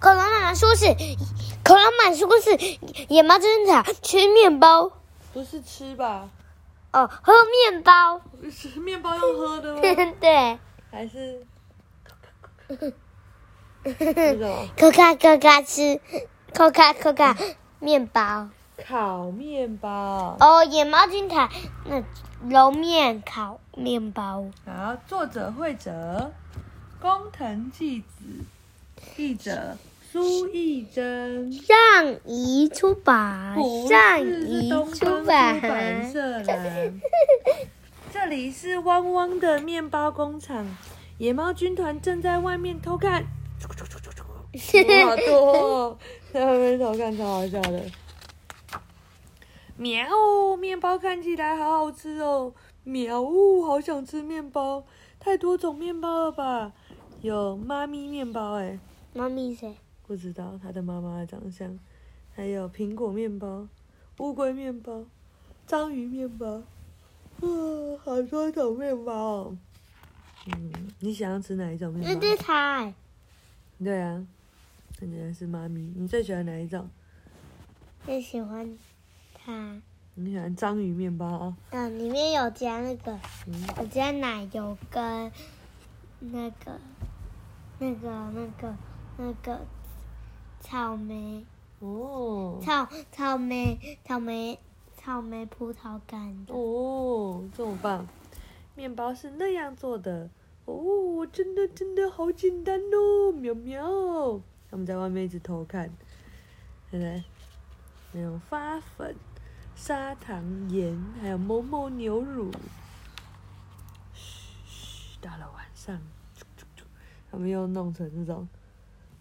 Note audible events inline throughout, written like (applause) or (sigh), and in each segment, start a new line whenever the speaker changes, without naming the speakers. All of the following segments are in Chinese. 恐龙妈妈说是，恐龙妈妈说是野猫侦察吃面包
不是吃吧？
哦，喝面包，
吃面包要喝的哦吗？
(laughs) 对，
(laughs) 还 (laughs) 是那种
咔咔咔咔吃，咔咔咔咔面包。
烤面包？
哦，野猫侦察那揉面烤面包，
好，作者会者工藤纪子，译者苏艺珍。
上移出版
不，
上
是
移
是东方
出
出版
版。
社啦。这里是汪汪的面包工厂，野猫军团正在外面偷看。哇
(laughs)
好多、哦，在外面偷看超好笑的。喵，面包看起来好好吃哦。喵，好想吃面包，太多种面包了吧？有妈咪面包哎、
猫咪谁？
不知道他的妈妈的长相，还有苹果面包、乌龟面包、章鱼面包，哇，好多种面包哦。嗯，你想要吃哪一种面
那
包？
是它、欸。
对啊，那你还是妈咪。你最喜欢哪一种？
最喜欢它。
你喜欢章鱼面包啊、
嗯，里面有加那个，
嗯
有加奶油跟那个、那个、那个、那个草莓、
哦？
草草莓、草莓、草莓葡萄干的。
哦，这么棒！面包是那样做的哦，真的真的好简单哦，喵喵。他们在外面一直偷看，对不对？还有发粉、砂糖、盐，还有某某牛乳。嘘，到了晚上，啾啾啾他们又弄成这种，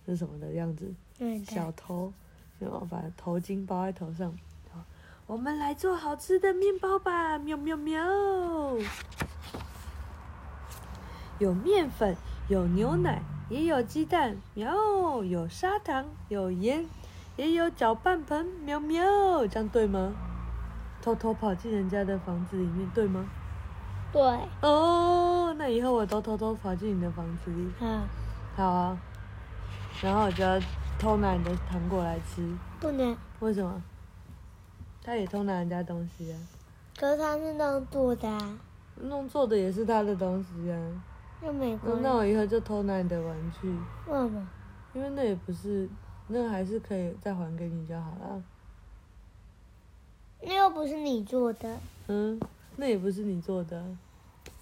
是什么的样子？
嗯对的，
小头，然后把头巾包在头上。好我们来做好吃的面包吧！喵喵喵！有面粉，有牛奶，也有鸡蛋。喵！有砂糖，有盐，也有搅拌盆。喵喵！这样对吗？偷偷跑进人家的房子里面，对吗？
对，
哦，那以后我都偷偷跑进你的房子里。
啊，
好啊，然后我就要偷拿你的糖果来吃。
不能，
为什么？他也偷拿人家东西啊，
可是它是那样做的、啊，
弄错的也是他的东西啊。
那美
那
国人
那我以后就偷拿你的玩具，
为什么？
因为那也不是，那还是可以再还给你就好了。
嗯那又不是你做的，
嗯，那也不是你做的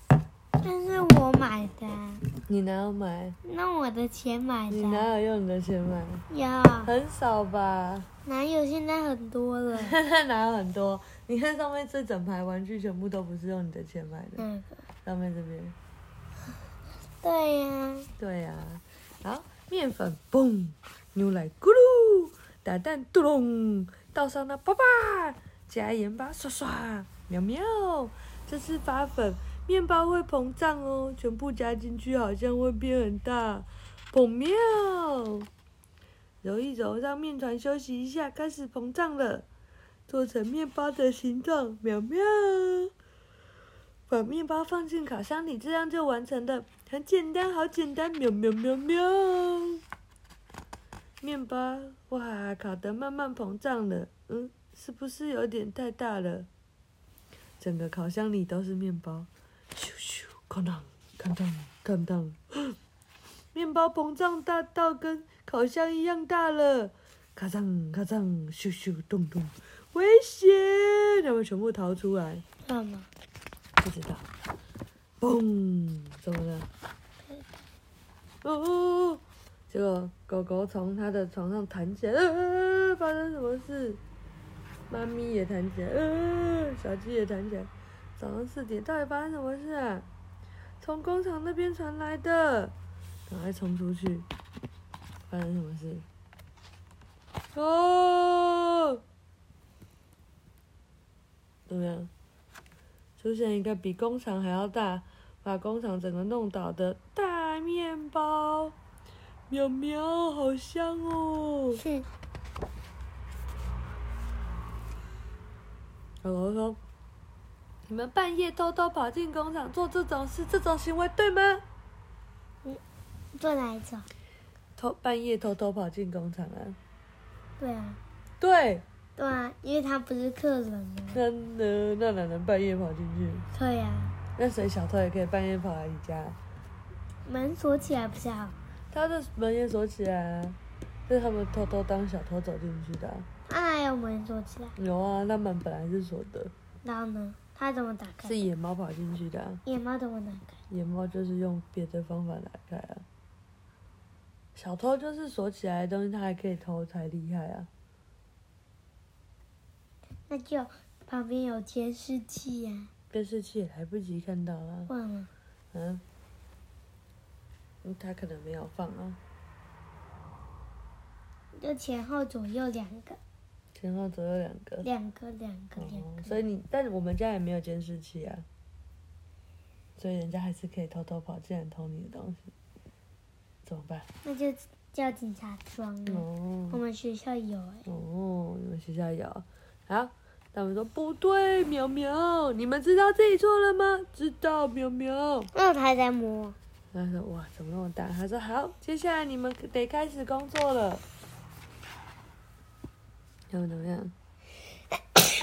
啊，
那是我买的啊，
你哪有买？
那我的钱买
你
的啊。
哪有用你的钱买？
呀，
很少吧？ (laughs)
哪有？现在很多了。
哪有很多？你看上面这整排玩具全部都不是用你的钱买的，
那个，
上面这边。
嗯对呀、
对呀、好，面粉嘣，牛奶咕噜，打蛋嘟隆，倒上那爸爸，加盐巴刷刷，喵喵。这是发粉，面包会膨胀哦，全部加进去好像会变很大，砰喵。揉一揉，让面团休息一下，开始膨胀了，做成面包的形状，喵喵。把面包放进烤箱里，这样就完成了，很简单，好简单，喵喵喵喵。面包，哇，烤得慢慢膨胀了，嗯，是不是有点太大了？整个烤箱里都是面包，咻咻，哐当，哐当，哐当， (gasps) 面包膨胀大到跟烤箱一样大了，咔嚓咔嚓，咻咻咚咚，危险！他们全部逃出来。
干嘛？
不知道。嘣，怎么了？哦哦哦！结果狗狗从它的床上弹起来，呃，发生什么事？妈咪也弹起来，呃，小鸡也弹起来。早上四点，到底发生什么事啊？从工厂那边传来的，赶快冲出去！发生什么事？哦，怎么样？出现一个比工厂还要大，把工厂整个弄倒的大面包，喵喵，好香哦！
哼，
狗狗说：“你们半夜偷偷跑进工厂做这种事，这种行为对吗？”
做哪一种？
偷半夜偷偷跑进工厂啊？
对啊，
对，
对啊，因为他不是客人啊。
那那那哪能半夜跑进去？
对啊，
那谁小偷也可以半夜跑来你家？
门锁起来不是好？
他的门也锁起来啊，这是他们偷偷当小偷走进去的啊、
他哪有门锁起来？
有啊，那门本来是锁的，
然后呢？他怎么打开
是？野猫跑进去的啊、
野猫怎么打开？
野猫就是用别的方法打开啊。小偷就是锁起来的东西，他还可以偷，才厉害啊！
那就旁边有监视器呀、
电视器也来不及看到啊，
忘了。
嗯，嗯他可能没有放啊，
就前后左右两个，
前后左右两个。
两个，两个，两
哦
个。
所以你，但我们家也没有监视器啊，所以人家还是可以偷偷跑进来偷你的东西，怎么办？
那就叫警察装啊。我
哦
们学校有哎、
哦，你们学校有好，他们说不对，苗苗，你们知道自己错了吗？知道，苗苗。
那他还在摸。
他说哇，怎么那么大？他说好，接下来你们得开始工作了。他们怎么样？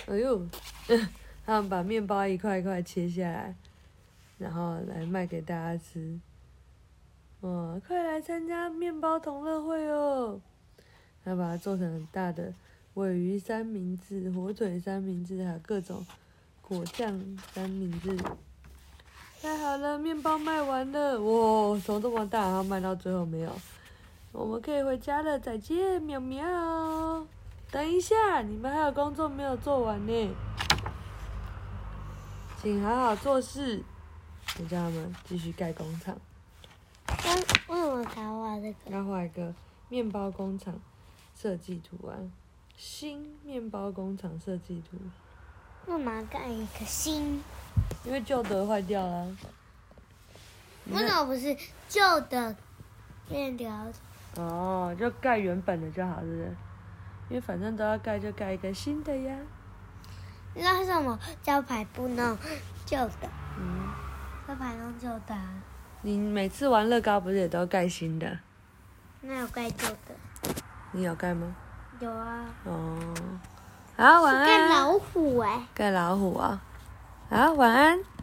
哎呦， (coughs) 他们把面包一块一块切下来，然后来卖给大家吃。哦，快来参加面包同乐会哦！他把它做成很大的尾鱼三明治、火腿三明治，还有各种果酱三明治。太好了，面包卖完了，哇，从这么大，然后卖到最后没有，我们可以回家了，再见，喵喵。等一下，你们还有工作没有做完呢，请好好做事。我叫他们继续盖工厂，
那为什么他画这个？
要画一个面包工厂设计图案，新面包工厂设计图，
干嘛盖一个新？
因为旧的坏掉了。
为什么不是旧的面条？
哦，就盖原本的就好，是不是？因为反正都要盖，就盖一个新的呀。
你知道为什么招牌不弄旧的？
嗯，
招牌弄旧的、啊，
你每次玩乐高不是也都盖新的？
那有盖旧的？
你有盖吗？
有啊，
哦，好，晚
盖
安。
老虎哎、
盖老虎啊、啊，晚安。